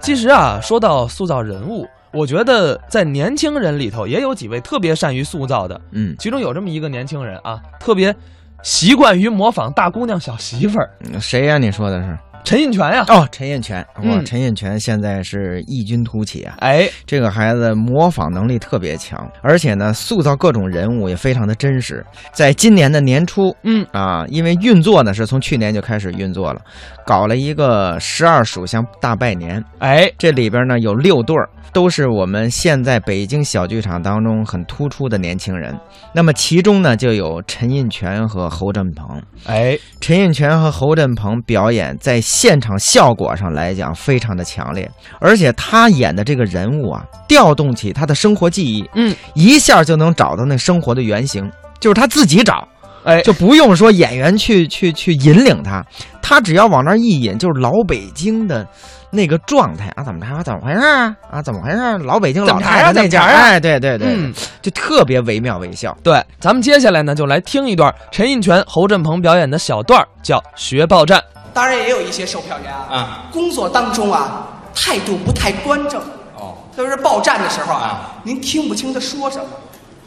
其实啊，说到塑造人物，我觉得在年轻人里头也有几位特别善于塑造的，嗯，其中有这么一个年轻人啊，特别习惯于模仿大姑娘小媳妇儿谁呀、你说的是？陈印泉呀、啊哦，陈印泉，哇，嗯陈印泉现在是异军突起啊！哎，这个孩子模仿能力特别强，而且呢，塑造各种人物也非常的真实。在今年的年初嗯，啊，因为运作呢是从去年就开始运作了，搞了一个十二属相大拜年，哎，这里边呢有六对儿，都是我们现在北京小剧场当中很突出的年轻人。那么其中呢就有陈印泉和侯振鹏。哎，陈印泉和侯振鹏表演在现场效果上来讲非常的强烈，而且他演的这个人物啊，调动起他的生活记忆，嗯，一下就能找到那生活的原型，就是他自己找，哎，就不用说演员去去去引领他，他只要往那儿一引，就是老北京的那个状态啊，怎么着啊，怎么回事啊，啊，怎么回事啊，老北京老太太那怎么着家，啊怎么着啊哎，对对对，嗯，就特别惟妙惟肖。对，咱们接下来呢就来听一段陈印泉、侯振鹏表演的小段儿，叫《学报站》。当然也有一些售票员啊，啊，工作当中啊态度不太端正，哦，就是报站的时候啊啊，您听不清他说什么。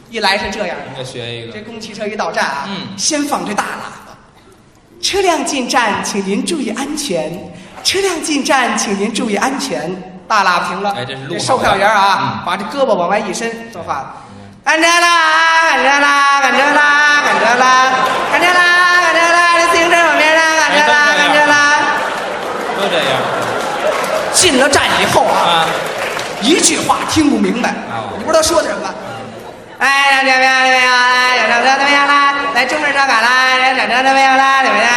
一来是这样的，再学一这个，公汽车一到站啊，嗯先放这大喇叭，车辆进站，请您注意安全。车辆进站，请您注意安全。大喇叭停了，哎这是路嗯售票员啊，把这胳膊往外一伸，说话了，赶着啦，赶着啦，赶着啦，赶着啦，赶着啦，赶着啦，这自行车往边上，赶着啦，哎都赶这着样啦。都这样进了站以后啊，啊，哦一句话听不明白，我不知道说的什么。哎，怎么样？怎么样？哎，怎么样？怎么样啦？来中式烧烤啦？怎么样？怎么样啦？怎么样？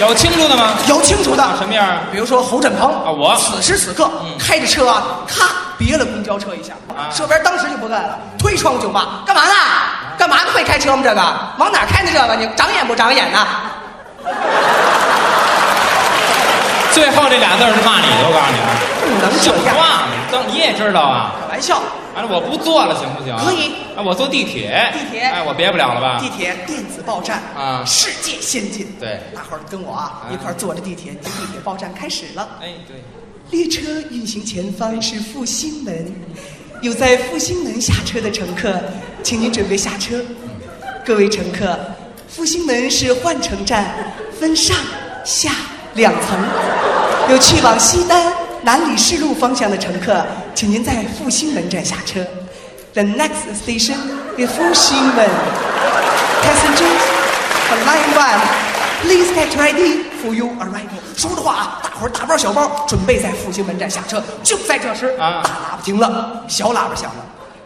有清楚的吗？有清楚长的，什么样啊？比如说侯振鹏啊我此时此刻开着车啊，咔别了公交车一下，啊社员当时就不干了，推窗就骂：“干嘛呢？干嘛呢？会开车吗？这个往哪儿开呢？这个你长眼不长眼呢？最后这俩字儿是骂你的，我告诉你啊，不能这像样，话吗？当你也知道啊，开玩笑。完了我不坐了行不行啊？可以啊，我坐地铁，地铁哎，我憋不了了吧地？铁电子报站啊世界先进。对大伙儿跟我啊啊一块儿坐着地铁，地铁报站开始了。哎，对，列车运行前方是复兴门，有在复兴门下车的乘客，请您准备下车。各位乘客，复兴门是换乘站，分上下两层。有去往西单南礼士路方向的乘客，请您在复兴门站下车。The next station is 复兴门。Passengers, for line one, please get ready for your arrival。说着话啊，大伙儿大包小包准备在复兴门站下车。就在这时，啊大喇叭停了，小喇叭响了。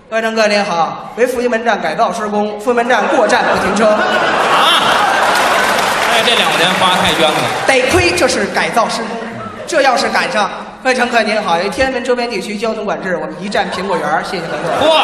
各位乘客您好，为复兴门站改造施工，复兴门站过站不停 车。哎，这两年花太冤了，得亏这是改造施工，这要是赶上，各位乘客您好，由于天安门周边地区交通管制，我们一站苹果园儿，谢谢合作。嚯，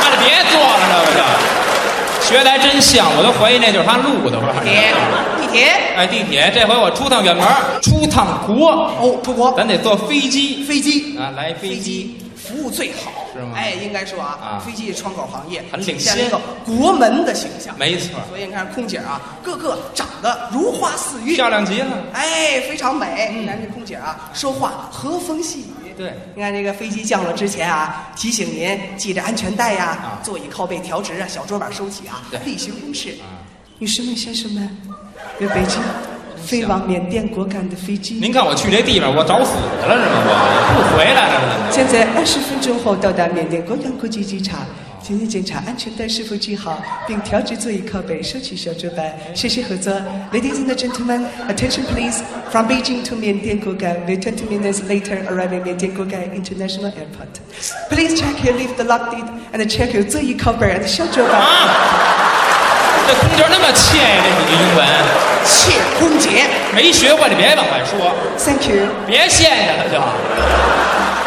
那就别坐了，这不就学的还真像，我都怀疑那就是他录的，我告诉地你。铁，地铁，哎，地铁，这回我出趟远门儿，出趟国，哦，出国咱得坐飞机飞机啊，来飞飞机。机服务最好，是吗哎，应该说啊，啊飞机窗口行业很领体现了一先个国门的形象。没错，所以你看，空姐啊，个个长得如花似玉，漂亮极了。哎，非常美。你看这空姐啊，说话和风细雨。对你看这个飞机降落之前啊，提醒您系着安全带呀、啊座椅靠背调直啊，小桌板收起啊对，啊例行公事。女士们、先生们，由北嗯京飞往缅甸果敢的飞机您看我去这地方，我找死去了是吗？我不回来了是怎么着？将在二十分钟后到达缅甸国阳国际机场，请您检查安全带是否系好，并调直座椅靠背，收起小桌板。谢谢合作。Ladies and gentlemen, attention please. From Beijing to 缅甸 Gugan, we're 20 minutes later arriving Miandian Gugan International Airport. Please check your lift lock it and check your 座椅靠背 and 小桌板。啊，这空姐那么怯呀，这几句英文谢空姐没学过，你别往外说， ，Thank you. 别陷着了就。